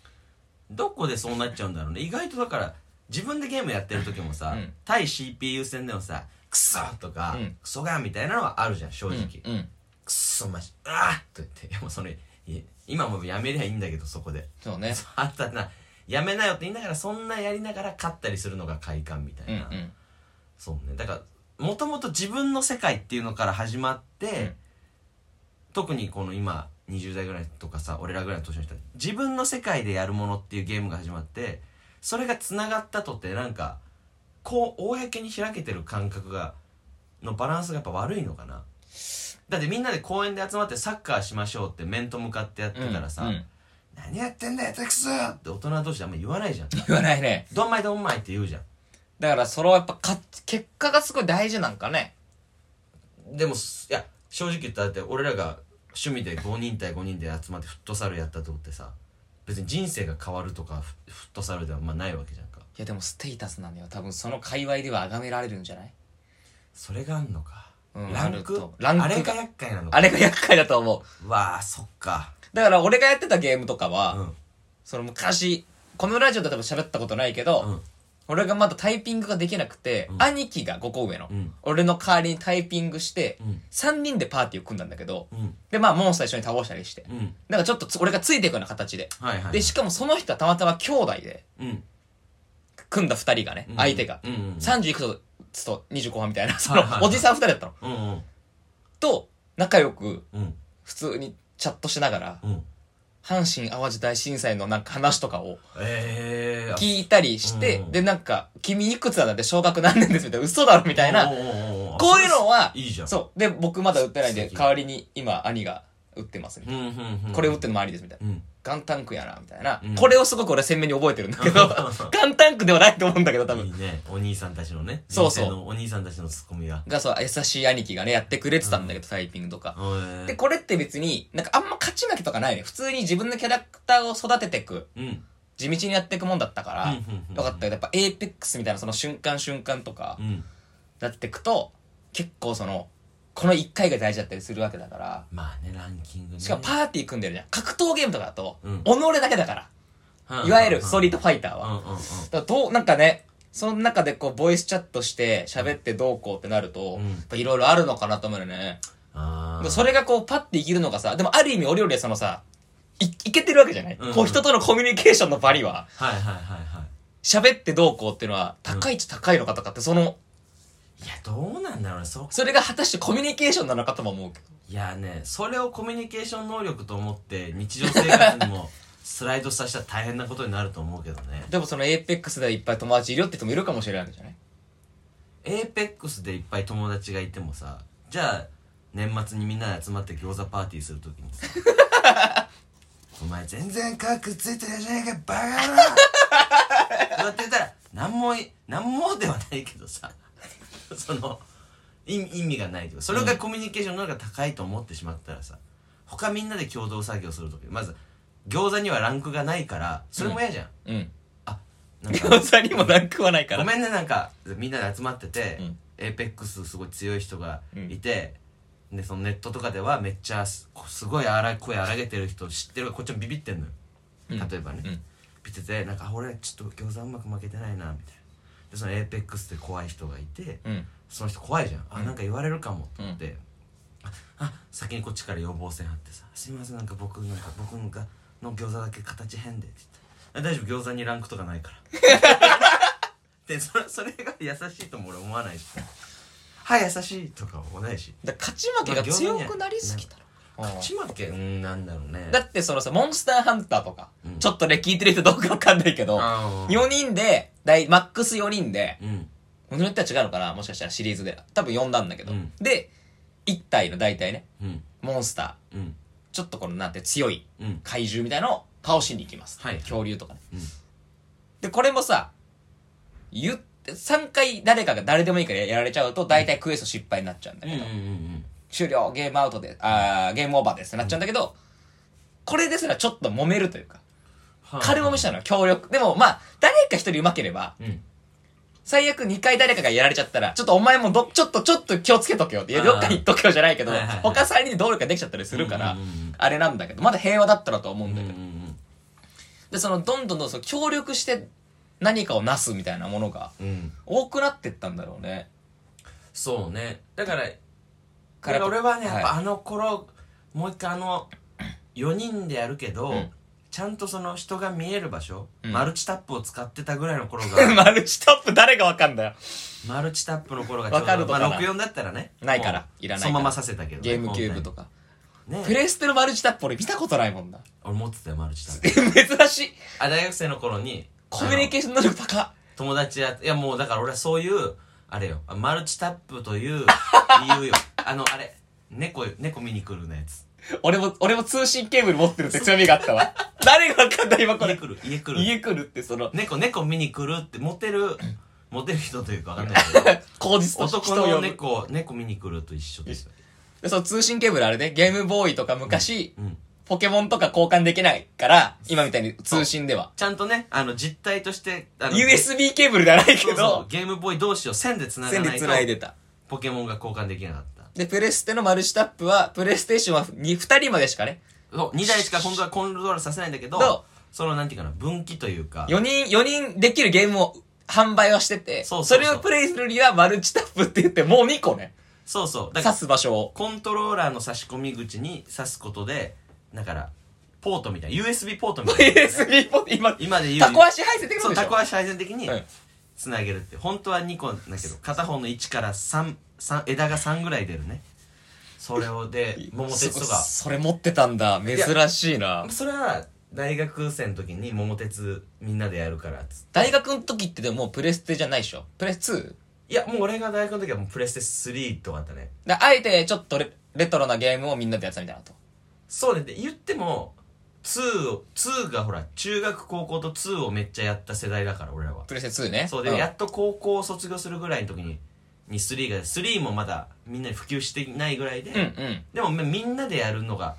Speaker 1: どこでそうなっちゃうんだろうね意外とだから自分でゲームやってる時もさ、
Speaker 2: うん
Speaker 1: 対 CPU 戦でもさクソとか、
Speaker 2: うん
Speaker 1: クソがみたいなのはあるじゃん正直、ク
Speaker 2: うんうん
Speaker 1: ソマジあーっと言っていやもうそれい今もうやめりゃいいんだけどそこで
Speaker 2: そう
Speaker 1: *laughs*
Speaker 2: ね
Speaker 1: そうあったなやめなよって言いながらそんなやりながら勝ったりするのが快感みた
Speaker 2: うん
Speaker 1: いうな、
Speaker 2: ん
Speaker 1: そうねだからもともと自分の世界っていうのから始まって、
Speaker 2: ん
Speaker 1: 特にこの今20代ぐらいとかさ俺らぐらいの年の人は自分の世界でやるものっていうゲームが始まってそれがつながったとってなんかこう公に開けてる感覚がのバランスがやっぱ悪いのかなだってみんなで公園で集まってサッカーしましょうって面と向かってやってたらさ「
Speaker 2: うん
Speaker 1: 何やってんだよテクス!」って大人同士であんま言わないじゃん「
Speaker 2: 言わないね
Speaker 1: どんまいどんまい」って言うじゃん
Speaker 2: だからそれはやっぱか結果がすごい大事なんかね
Speaker 1: でもすいや正直言ったらだって俺らが趣味で5人対5人で集まってフットサルやったとってさ別に人生が変わるとかフフットサルではまあないわけじゃんか
Speaker 2: いやでもステータスなのよ多分その界隈では崇められるんじゃない
Speaker 1: それがあんのか、
Speaker 2: うん
Speaker 1: ラ
Speaker 2: あ
Speaker 1: ン
Speaker 2: る
Speaker 1: ク
Speaker 2: とランクが
Speaker 1: あれが厄介なのか
Speaker 2: あれが厄介だと思う
Speaker 1: わあそっか
Speaker 2: だから俺がやってたゲームとかは、
Speaker 1: うん
Speaker 2: その昔このラジオで多分喋ったことないけど、
Speaker 1: うん
Speaker 2: 俺がまだタイピングができなくて、
Speaker 1: うん
Speaker 2: 兄貴が5個上の、
Speaker 1: うん
Speaker 2: 俺の代わりにタイピングして、
Speaker 1: うん
Speaker 2: 3人でパーティーを組んだんだけど、
Speaker 1: うん
Speaker 2: でまあモンスター一緒に倒したりして、
Speaker 1: うん
Speaker 2: なんかちょっとつ俺がついていくような形で、
Speaker 1: はいはい
Speaker 2: でしかもその人はたまたま兄弟で
Speaker 1: うん
Speaker 2: 組んだ2人がね、
Speaker 1: うん
Speaker 2: 相手が、
Speaker 1: うんうん
Speaker 2: 30いくとつと20後半みたいなそ
Speaker 1: はいはい
Speaker 2: の
Speaker 1: はい
Speaker 2: おじさん2人だったの、
Speaker 1: うんうん
Speaker 2: と仲良く
Speaker 1: うん
Speaker 2: 普通にチャットしながら、
Speaker 1: うん
Speaker 2: 阪神・淡路大震災のなんか話とかを
Speaker 1: ええー、
Speaker 2: 聞いたりして、
Speaker 1: うん
Speaker 2: で、なんか、君いくつなんだって小学何年ですみたいな、嘘だろみたいな
Speaker 1: お、ーおーおーおー
Speaker 2: こういうのはい
Speaker 1: いじゃん
Speaker 2: そう。で、僕まだ売ってないん
Speaker 1: 素
Speaker 2: で、
Speaker 1: 敵
Speaker 2: 代わりに今、兄が売ってますみたい
Speaker 1: うんうんうん
Speaker 2: な。これ売ってるのもありですみたいな。
Speaker 1: うん
Speaker 2: ガンタンクやな、みたいな
Speaker 1: うん。
Speaker 2: これをすごく俺鮮明に覚えてるんだ
Speaker 1: *laughs*
Speaker 2: けど、ガンタンクではないと思うんだけど、多
Speaker 1: い
Speaker 2: 分。
Speaker 1: いねお兄さんたちのね
Speaker 2: そうそう
Speaker 1: 人生のお兄さんたちのツッコミが
Speaker 2: が、そう、優しい兄貴がね、やってくれてたんだけど、タイピングとか。
Speaker 1: うん
Speaker 2: で、これって別に、なんかあんま勝ち負けとかないね。普通に自分のキャラクターを育ててく、
Speaker 1: うん
Speaker 2: 地道にやっていくもんだったから、
Speaker 1: うんうんうんうん
Speaker 2: よかったけど、やっぱエイペックスみたいなその瞬間瞬間とか
Speaker 1: う、ん
Speaker 2: なってくと結構そのこの1回が大事だったりするわけだから
Speaker 1: まあねランキングね
Speaker 2: しかもパーティー組んでるじゃん格闘ゲームとかだと、
Speaker 1: うん
Speaker 2: 己だけだから、いわゆるストリートファイターは、
Speaker 1: うんうんうん
Speaker 2: だからどうなんかねその中でこうボイスチャットして喋ってどうこうってなると、
Speaker 1: うん
Speaker 2: やっぱいろいろあるのかなと思うよね、
Speaker 1: あ
Speaker 2: で
Speaker 1: あ
Speaker 2: それがこうパッていけるのがさでもある意味俺よりはそのさいいけてるわけじゃない、
Speaker 1: うんうん
Speaker 2: こう人とのコミュニケーションの場には
Speaker 1: はいはいはいは
Speaker 2: 喋ってどうこうっていうのは高いっちゃ高いのかとかってその
Speaker 1: いいやどうなんだろうねそ
Speaker 2: それが果たしてコミュニケーションなのかとも思うけど
Speaker 1: いやねそれをコミュニケーション能力と思って日常生活にもスライドさせたら大変なことになると思うけどね
Speaker 2: でもそのエイペックスでいっぱい友達いるよって人もいるかもしれないわけじゃない
Speaker 1: エーペックスでいっぱい友達がいてもさじゃあ年末にみんなで集まって餃子パーティーするときにさお前全然科学ついてないじゃないかバカ野郎だって言ったら何もい何もではないけどさ *laughs* その意味意味がないけどそれがコミュニケーションの能力が高いと思ってしまったらさ他みんなで共同作業する時まず餃子にはランクがないからそれも嫌じゃん、
Speaker 2: うん
Speaker 1: なんか
Speaker 2: 餃子にもランクはないから
Speaker 1: ごめんねなんかみんなで集まってて、
Speaker 2: うん
Speaker 1: エーペックスすごい強い人がいて、でそのネットとかではめっちゃすすごい荒い声荒げてる人知ってるこっちもビビってんのよ
Speaker 2: うん
Speaker 1: 例えばね、
Speaker 2: うん
Speaker 1: ビビっててなんかあ俺ちょっと餃子うまく負けてないなみたいなでそのエーペックスって怖い人がいて、
Speaker 2: うん
Speaker 1: その人怖いじゃんあ
Speaker 2: うん
Speaker 1: なんか言われるかもと思って、ああ先にこっちから予防線張ってさ「すいませんなんか僕なんか僕がの餃子だけ形変で」って言ってあ「大丈夫餃子にランクとかないから」でそれそれが優しいとも俺思わないし「はい優しい」とか思わないし
Speaker 2: だから勝ち負けが強くなりすぎたのかな
Speaker 1: 勝ち負けうんなんだろうね
Speaker 2: だってそのさモンスターハンターとか、
Speaker 1: うん
Speaker 2: ちょっとね聞いてる人どうかわかんないけど
Speaker 1: あー
Speaker 2: 4人で大マックス4人で
Speaker 1: うん
Speaker 2: ものによっては違うのかなもしかしたらシリーズで多分4なんだけど、
Speaker 1: うん
Speaker 2: で1体の大体ね
Speaker 1: うん
Speaker 2: モンスター
Speaker 1: うん
Speaker 2: ちょっとこのなんて強い
Speaker 1: うん
Speaker 2: 怪獣みたいのを倒しに行きます、
Speaker 1: はい
Speaker 2: 恐竜とかね、
Speaker 1: うん
Speaker 2: でこれもさ言って3回誰かが誰でもいいからやられちゃうと大体クエスト失敗になっちゃうんだ
Speaker 1: うん
Speaker 2: け
Speaker 1: うん
Speaker 2: ど、
Speaker 1: うん
Speaker 2: 終了ゲームアウトであーゲームオーバーですってなっちゃうんだけど、これですらちょっと揉めるというか
Speaker 1: はあ
Speaker 2: 軽揉めしたのよ協力でもまあ誰か一人うまければ
Speaker 1: うん
Speaker 2: 最悪2回誰かがやられちゃったらちょっとお前もどちょっとちょっと気をつけとけよっていや
Speaker 1: あー
Speaker 2: どっかに言っとけよじゃないけど
Speaker 1: はいはいはい
Speaker 2: 他3人で動力ができちゃったりするから、
Speaker 1: うんうんうん
Speaker 2: あれなんだけどまだ平和だったらと思う
Speaker 1: うんんう
Speaker 2: だ
Speaker 1: ん
Speaker 2: け
Speaker 1: う
Speaker 2: ど、
Speaker 1: ん
Speaker 2: でそのどんどんどんどん協力して何かをなすみたいなものが
Speaker 1: うん
Speaker 2: 多くなってったんだろうね
Speaker 1: そうねだからだ
Speaker 2: から
Speaker 1: から俺はねやっ
Speaker 2: は
Speaker 1: ぱあの頃もう一回あの4人でやるけど、
Speaker 2: うん
Speaker 1: ちゃんとその人が見える場所、
Speaker 2: うん
Speaker 1: マルチタップを使ってたぐらいの頃
Speaker 2: *laughs*
Speaker 1: が
Speaker 2: マルチタップ誰がわかんだよ
Speaker 1: マルチタップの頃が
Speaker 2: わかるとかな
Speaker 1: まあ、64だったらね
Speaker 2: ないから
Speaker 1: もう
Speaker 2: いらない
Speaker 1: そ
Speaker 2: から
Speaker 1: のままさせたけどね、
Speaker 2: ゲームキューブとか
Speaker 1: ね
Speaker 2: プレステのマルチタップ俺見たことないもんな *laughs*
Speaker 1: 俺持ってたよマルチタップ
Speaker 2: 珍しい
Speaker 1: あ大学生の頃に
Speaker 2: コミュニケーション能力高
Speaker 1: あの友達やいやもうだから俺はそういうあれよあマルチタップという理
Speaker 2: *laughs*
Speaker 1: 由よあのあれ猫よ猫見に来るのやつ
Speaker 2: 俺も俺も通信ケーブル持ってるって強みがあっ
Speaker 1: *laughs*
Speaker 2: たわ誰がわかんない今こ
Speaker 1: 家
Speaker 2: れ
Speaker 1: 来る家来る
Speaker 2: 家来るってその
Speaker 1: 猫猫見に来るってモテ
Speaker 2: *clears throat*
Speaker 1: るモテる人というかわかんないけど
Speaker 2: 口実として
Speaker 1: 男
Speaker 2: *laughs* 人を
Speaker 1: の
Speaker 2: 呼ぶ
Speaker 1: 猫猫見に来ると一緒ですよ
Speaker 2: でその通信ケーブルあれねゲームボーイとか昔、
Speaker 1: うん
Speaker 2: ポケモンとか交換できないから今みたいに通信では
Speaker 1: ちゃんとねあの実態としてあの
Speaker 2: USB ケーブルではない
Speaker 1: そ
Speaker 2: け
Speaker 1: うそう
Speaker 2: ど
Speaker 1: ゲームボーイ同士を線で繋が
Speaker 2: 線
Speaker 1: な
Speaker 2: で
Speaker 1: いと
Speaker 2: 繋いでた
Speaker 1: ポケモンが交換できなかった
Speaker 2: でプレステのマルチタップはプレイステーションは 2, 二人までしかね
Speaker 1: そう2台しか本当はコントロールさせないんだけ
Speaker 2: ど
Speaker 1: どそのなんていうかな分岐というか
Speaker 2: 4人四人できるゲームを販売はしてて
Speaker 1: そうそうそう
Speaker 2: れをプレイするにはマルチタップって言ってもう2個ね
Speaker 1: そうそうだか
Speaker 2: 刺
Speaker 1: ら
Speaker 2: す場所を
Speaker 1: コントローラーの差し込み口に差すことでだからポートみたいな USB ポートみ
Speaker 2: *laughs*
Speaker 1: たいな、
Speaker 2: USB ポ今
Speaker 1: 今で言う
Speaker 2: タコ足配線ってこ
Speaker 1: そ
Speaker 2: と
Speaker 1: う
Speaker 2: でしょ
Speaker 1: タコ足配線的に、
Speaker 2: うん
Speaker 1: つなげるって本当は2個だけど片方の1から3三枝が3ぐらい出るねそれを
Speaker 2: *laughs*
Speaker 1: で桃鉄とか
Speaker 2: そそれ持ってたんだ珍しいな
Speaker 1: それは大学生の時に桃鉄みんなでやるからっつ
Speaker 2: 大学の時ってでももうプレステじゃないでしょプレス 2?
Speaker 1: いやもう俺が大学の時はもうプレステ3とかだったね
Speaker 2: だあえてちょっとレレトロなゲームをみんなでやってたみたいなと
Speaker 1: そうねで言っても2を2がほら中学高校と2をめっちゃやった世代だから俺らは
Speaker 2: プレステ2ね
Speaker 1: そうで、
Speaker 2: ん
Speaker 1: やっと高校を卒業するぐらいの時にに3が3もまだみんなに普及してないぐらいで、
Speaker 2: うんうん
Speaker 1: でもみんなでやるのが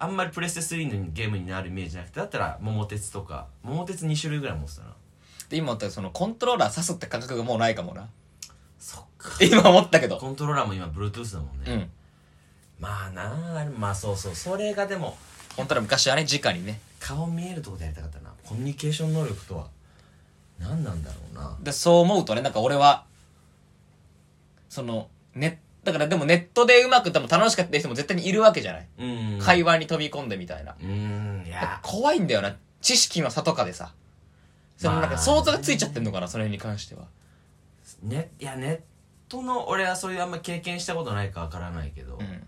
Speaker 1: あんまりプレステ3のゲームになるイメージなくてだったら桃鉄とか桃鉄2種類ぐらい持ってたな
Speaker 2: で今思ったらそのコントローラー刺すって感覚がもうないかもな
Speaker 1: そっか
Speaker 2: *laughs* 今思ったけど
Speaker 1: コントローラーも今 Bluetooth だもんね、
Speaker 2: うん
Speaker 1: まあなあれまあそうそうそれがでも
Speaker 2: コントローラー昔はね直にね
Speaker 1: 顔見えるとこでやりたかったなコミュニケーション能力とは何なんだろうな
Speaker 2: でそう思うとねなんか俺はそのねだからでもネットでうまく多分楽しかった人も絶対にいるわけじゃない、
Speaker 1: うん
Speaker 2: 会話に飛び込んでみたいな
Speaker 1: うーんいや
Speaker 2: 怖いんだよな知識の差とかでさそのなんか
Speaker 1: まあ
Speaker 2: 想像がついちゃってんのかなその辺に関しては
Speaker 1: ねいやネットの俺はそういうあんま経験したことないかわからないけど、
Speaker 2: うん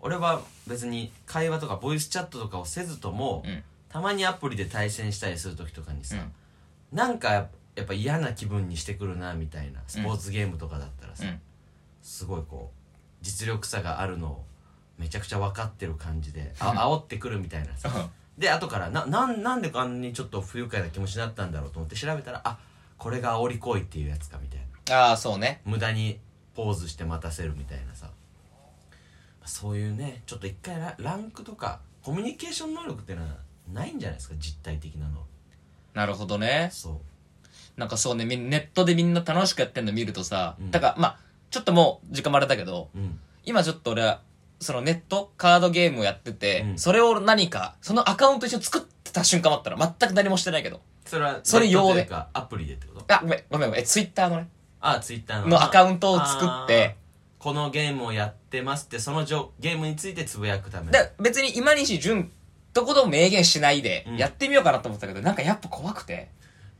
Speaker 1: 俺は別に会話とかボイスチャットとかをせずとも、
Speaker 2: うん
Speaker 1: たまにアプリで対戦したりする時とかにさ、
Speaker 2: うん
Speaker 1: なんかややっぱ嫌な気分にしてくるなみたいなスポーツゲームとかだったらさ、
Speaker 2: うん
Speaker 1: すごいこう実力差があるのをめちゃくちゃ分かってる感じであ煽ってくるみたいなさで後からななんなんであんなにちょっと不愉快な気持ちになったんだろうと思って調べたらあこれが煽り行為っていうやつかみたいな
Speaker 2: ああそうね
Speaker 1: 無駄にポーズして待たせるみたいなさそういうねちょっと一回ラランクとかコミュニケーション能力ってのはないんじゃないですか実体的なの
Speaker 2: なるほどね
Speaker 1: そ
Speaker 2: なんかそうねみネットでみんな楽しくやってんの見るとさ、
Speaker 1: うん
Speaker 2: だからまあちょっともう時間もあれだけど
Speaker 1: ううん
Speaker 2: 今ちょっと俺はそのネットカードゲームをやってて、
Speaker 1: うん
Speaker 2: それを何かそのアカウント一緒に作ってた瞬間もあったら全く何もしてないけど
Speaker 1: それは
Speaker 2: それ用で
Speaker 1: ネットというかアプリでってこと
Speaker 2: あごめんごめんごめんえツイッターのね
Speaker 1: あツイッターの
Speaker 2: のアカウントを作って
Speaker 1: あーこのゲームをやってますってそのじょゲームについてつぶやくための
Speaker 2: で別に今西純とことも明言しないで
Speaker 1: うん
Speaker 2: やってみようかなと思ってたけど、なんかやっぱ怖くて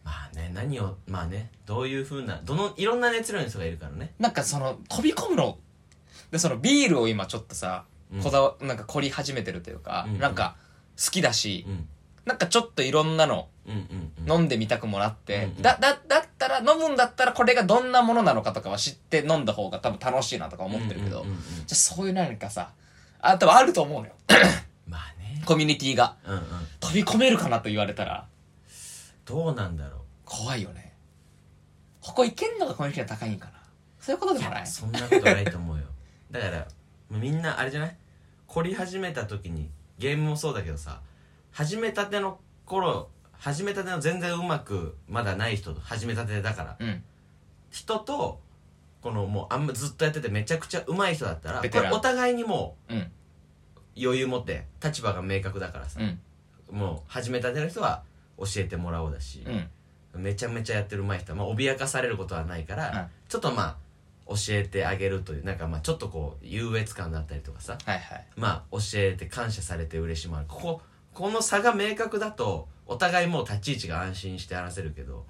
Speaker 1: まあね何をまあねどういうふうなどのいろんな熱量の人がいるからね
Speaker 2: なんかその飛び込むのでそのビールを今ちょっとさ、
Speaker 1: うん
Speaker 2: こだわなんか凝り始めてるというか、
Speaker 1: うん
Speaker 2: なんか好きだし、
Speaker 1: うん
Speaker 2: なんかちょっといろんなの
Speaker 1: うんうんうん
Speaker 2: 飲んでみたくもなって、
Speaker 1: うん
Speaker 2: だだだったら飲むんだったらこれがどんなものなのかとかは知って飲んだ方が多分楽しいなとか思ってるけど、
Speaker 1: うんうんうんうん
Speaker 2: じゃあそういう何かさあ多分あると思うのよ
Speaker 1: まあね
Speaker 2: コミュニティが
Speaker 1: うんうん
Speaker 2: 飛び込めるかなと言われたら
Speaker 1: どうなんだろ
Speaker 2: 怖いよねここ行けんのがコミュニティが高いんかなそういうことでもないう
Speaker 1: そんなことないと思うよだからみんなあれじゃない凝り始めた時にゲームもそうだけどさ始めたての頃始めたての全然うまくまだない人始めたてだから
Speaker 2: うん
Speaker 1: 人とこのもうあんまずっとやっててめちゃくちゃうまい人だったら
Speaker 2: ベテ
Speaker 1: こ
Speaker 2: ラン
Speaker 1: れお互いにも
Speaker 2: うん
Speaker 1: う余裕持って立場が明確だからさ
Speaker 2: うん
Speaker 1: もう始めたての人は教えてもらおうだし
Speaker 2: う、ん
Speaker 1: めちゃめちゃやってるうまい人は、まあ、脅かされることはないから、
Speaker 2: うん
Speaker 1: ちょっとまあ教えてあげるというなんかまあちょっとこう優越感だったりとかさ
Speaker 2: はいはい
Speaker 1: まあ教えて感謝されて嬉しいもあるこここの差が明確だとお互いもう立ち位置が安心して話せるけど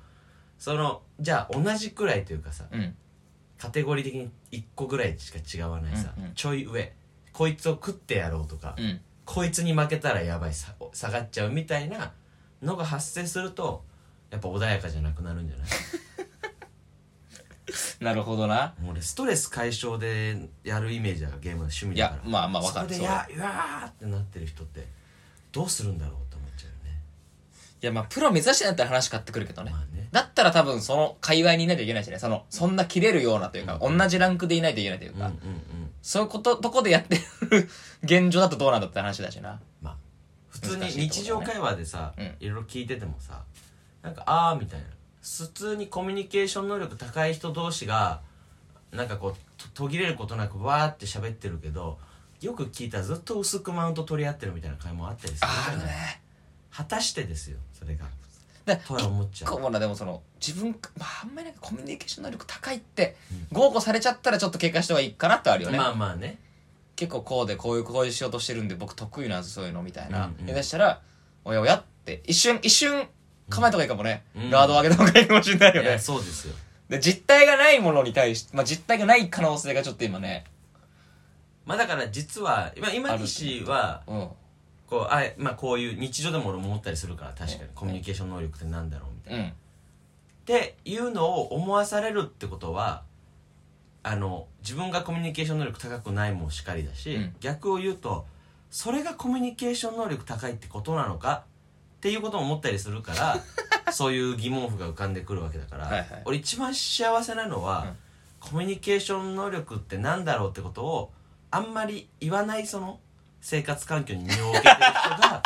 Speaker 1: そのじゃあ同じくらいというかさ
Speaker 2: うん
Speaker 1: カテゴリー的に1個ぐらいしか違わないさ、
Speaker 2: うんうん
Speaker 1: ちょい上こいつを食ってやろうとか、
Speaker 2: うん
Speaker 1: こいつに負けたらやばいさ下がっちゃうみたいなのが発生するとやっぱ穏やかじゃなくなるんじゃない
Speaker 2: なるほどな
Speaker 1: もう俺ストレス解消でやるイメージだからゲームの趣味
Speaker 2: い
Speaker 1: だか
Speaker 2: や
Speaker 1: ら
Speaker 2: まあまあわかる
Speaker 1: そこで
Speaker 2: そう
Speaker 1: やうわーってなってる人ってどうするんだろうって思っちゃうよね
Speaker 2: いやまあプロ目指してなったら話変わってくるけどね
Speaker 1: まあね
Speaker 2: だったら多分その界隈にいないといけないしねそのそんな切れるようなというか、同じランクでいないといけないという
Speaker 1: うんう
Speaker 2: か、
Speaker 1: んうん
Speaker 2: そういうこととこでやってる現状だとどうなんだって話だしな
Speaker 1: まあ普通に
Speaker 2: 難しいとこだね
Speaker 1: 日常会話でさ
Speaker 2: うん
Speaker 1: いろいろ聞いててもさなんかああみたいな普通にコミュニケーション能力高い人同士がなんかこうと途切れることなくわーって喋ってるけどよく聞いたらずっと薄くマウント取り合ってるみたいな会もあったりするじゃない
Speaker 2: ね
Speaker 1: 果たしてですよそれが
Speaker 2: だ
Speaker 1: とは思っちゃ
Speaker 2: 一個
Speaker 1: う
Speaker 2: もなでもその自分、まあ、あんまりなんかコミュニケーション能力高いって豪語されちゃったらちょっと警戒した方がいいかなってあるよね、
Speaker 1: まあまあね
Speaker 2: 結構こうでこういうこういうしようとしてるんで僕得意なんですそういうのみたいな
Speaker 1: うんうん
Speaker 2: 言い出したら「おやおや」って一瞬一瞬構えた方がいいかもね、
Speaker 1: うん
Speaker 2: ラードを上げた方がいいかもしれない
Speaker 1: い
Speaker 2: よね
Speaker 1: やそうですよ
Speaker 2: で実体がないものに対して、まあ、実体がない可能性がちょっと今ね
Speaker 1: まあだから実は今今西は
Speaker 2: うん
Speaker 1: こうあ、まあ、こういう日常でも俺も思ったりするから確かにコミュニケーション能力ってなんだろうみたいな
Speaker 2: うん
Speaker 1: っていうのを思わされるってことはあの自分がコミュニケーション能力高くないもしかりだし、
Speaker 2: うん
Speaker 1: 逆を言うとそれがコミュニケーション能力高いってことなのかっていうことも思ったりするから
Speaker 2: *laughs*
Speaker 1: そういう疑問符が浮かんでくるわけだから、
Speaker 2: はいはい
Speaker 1: 俺一番幸せなのは、
Speaker 2: うん
Speaker 1: コミュニケーション能力ってなんだろうってことをあんまり言わないその生活環境に身を置けてる人が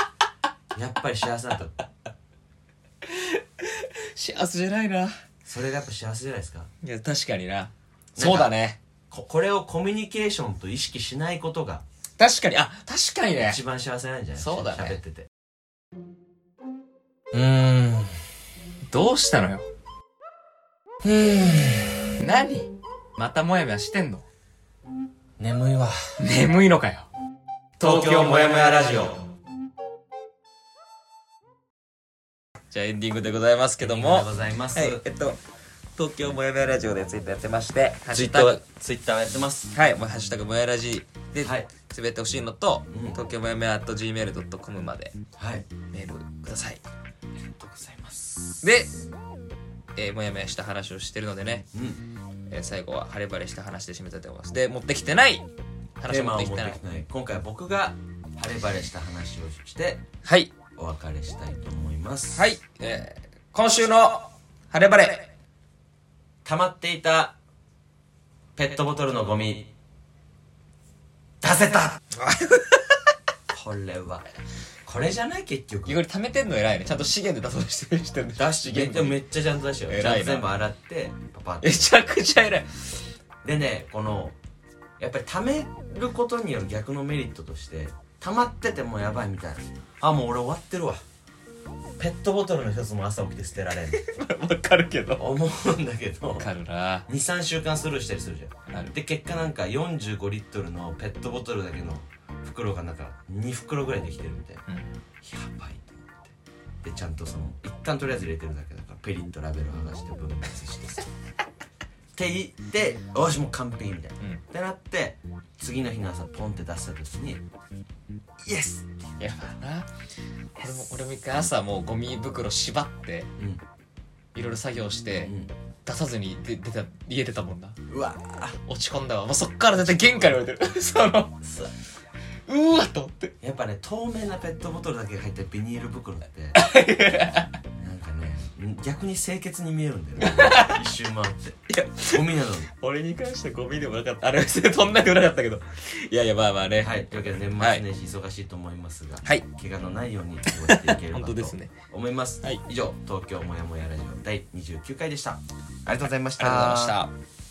Speaker 1: やっぱり幸せなんだ
Speaker 2: 幸せじゃないな
Speaker 1: それがやっぱ幸せじゃないですか。
Speaker 2: いや確かになそうだね
Speaker 1: ここれをコミュニケーションと意識しないことが
Speaker 2: 確かにあ確かにね
Speaker 1: 一番幸せなんじゃない
Speaker 2: そうだね
Speaker 1: 喋ってて
Speaker 2: うーんどうしたのようーん *sighs* 何またもやもやしてんの
Speaker 1: 眠いわ
Speaker 2: 眠いのかよ東京もやもやラジオじゃあエンディングでございますけど
Speaker 1: ありが
Speaker 2: も
Speaker 1: とうございます、
Speaker 2: はいえっと東京もやもやラジオでツイッターやってまして
Speaker 1: ツイッターツイッターやってます
Speaker 2: はい、もうハッシュタグもやらじで、
Speaker 1: はい
Speaker 2: つぶやいてほしいのと、
Speaker 1: うん
Speaker 2: 東京もやもや .gmail.com まで
Speaker 1: はい
Speaker 2: メールください。
Speaker 1: ありがとうございます
Speaker 2: で、えーもやもやした話をしてるのでね、
Speaker 1: うん
Speaker 2: えー最後は晴れ晴れした話で締めたいと思います。で、持ってきてない
Speaker 1: テー
Speaker 2: 話を持
Speaker 1: マ
Speaker 2: っ
Speaker 1: を
Speaker 2: て
Speaker 1: 持
Speaker 2: き
Speaker 1: っててきて
Speaker 2: ない
Speaker 1: ない今回は僕が晴れ晴れした話をして
Speaker 2: はい、
Speaker 1: おお別れしたいと思います
Speaker 2: はい、えー今週の晴れ晴れ
Speaker 1: 溜まっていたペットボトルのゴミ出せたこれはこれじゃない結局
Speaker 2: いこれ貯めてんの偉いねちゃんと資源で出そうとしてるしてる
Speaker 1: 出し
Speaker 2: 源
Speaker 1: でもめっちゃちゃんと出してよちゃ
Speaker 2: 偉
Speaker 1: ん
Speaker 2: い
Speaker 1: と
Speaker 2: な
Speaker 1: 全部洗ってパパって
Speaker 2: めちゃくちゃ偉い
Speaker 1: でねこのやっぱり貯めることによる逆のメリットとして溜まっててもやばいみたいなあもう俺終わってるわペットボトルの一つも朝起きて捨てられん
Speaker 2: わかるけ
Speaker 1: *laughs*
Speaker 2: ど
Speaker 1: 思うんだけど
Speaker 2: わかるな
Speaker 1: 23週間スルーしたりするじゃ
Speaker 2: なんる
Speaker 1: で結果なんか45リットルのペットボトルだけの袋がなんか2袋ぐらいできてるみたいなや
Speaker 2: うん
Speaker 1: ばいと思ってでちゃんとその一旦とりあえず入れてるだけだからペリッとラベル剥がして分別してさって言ってよしもう完璧みたいな
Speaker 2: うん
Speaker 1: ってなって次の日の朝ポンって出した時に「イエス!
Speaker 2: やばいな俺も俺も一回朝もうゴミ袋縛って
Speaker 1: うん」
Speaker 2: いろいろ作業して
Speaker 1: う、
Speaker 2: 出さずに出出た家出たもんなん
Speaker 1: うわー
Speaker 2: 落ち込んだわもうそっから絶対玄関に置いてる *laughs* その
Speaker 1: さ
Speaker 2: うわっと思って
Speaker 1: やっぱね透明なペットボトルだけが入ったビニール袋ってなんかね逆に清潔に見えるんだよね一周回ってゴミなのに
Speaker 2: 俺に関してはゴミでもなかったあれ別にそんなでもなかったけどいやいやまあまあね
Speaker 1: はいというわけで年末年始忙しいと思いますが、
Speaker 2: はい
Speaker 1: 怪我のないように過ごしていければ
Speaker 2: 本当ですね
Speaker 1: と思います、
Speaker 2: はい
Speaker 1: 以上東京もやもやラジオ第29回でしたありがとうございまし
Speaker 2: ありがとうございました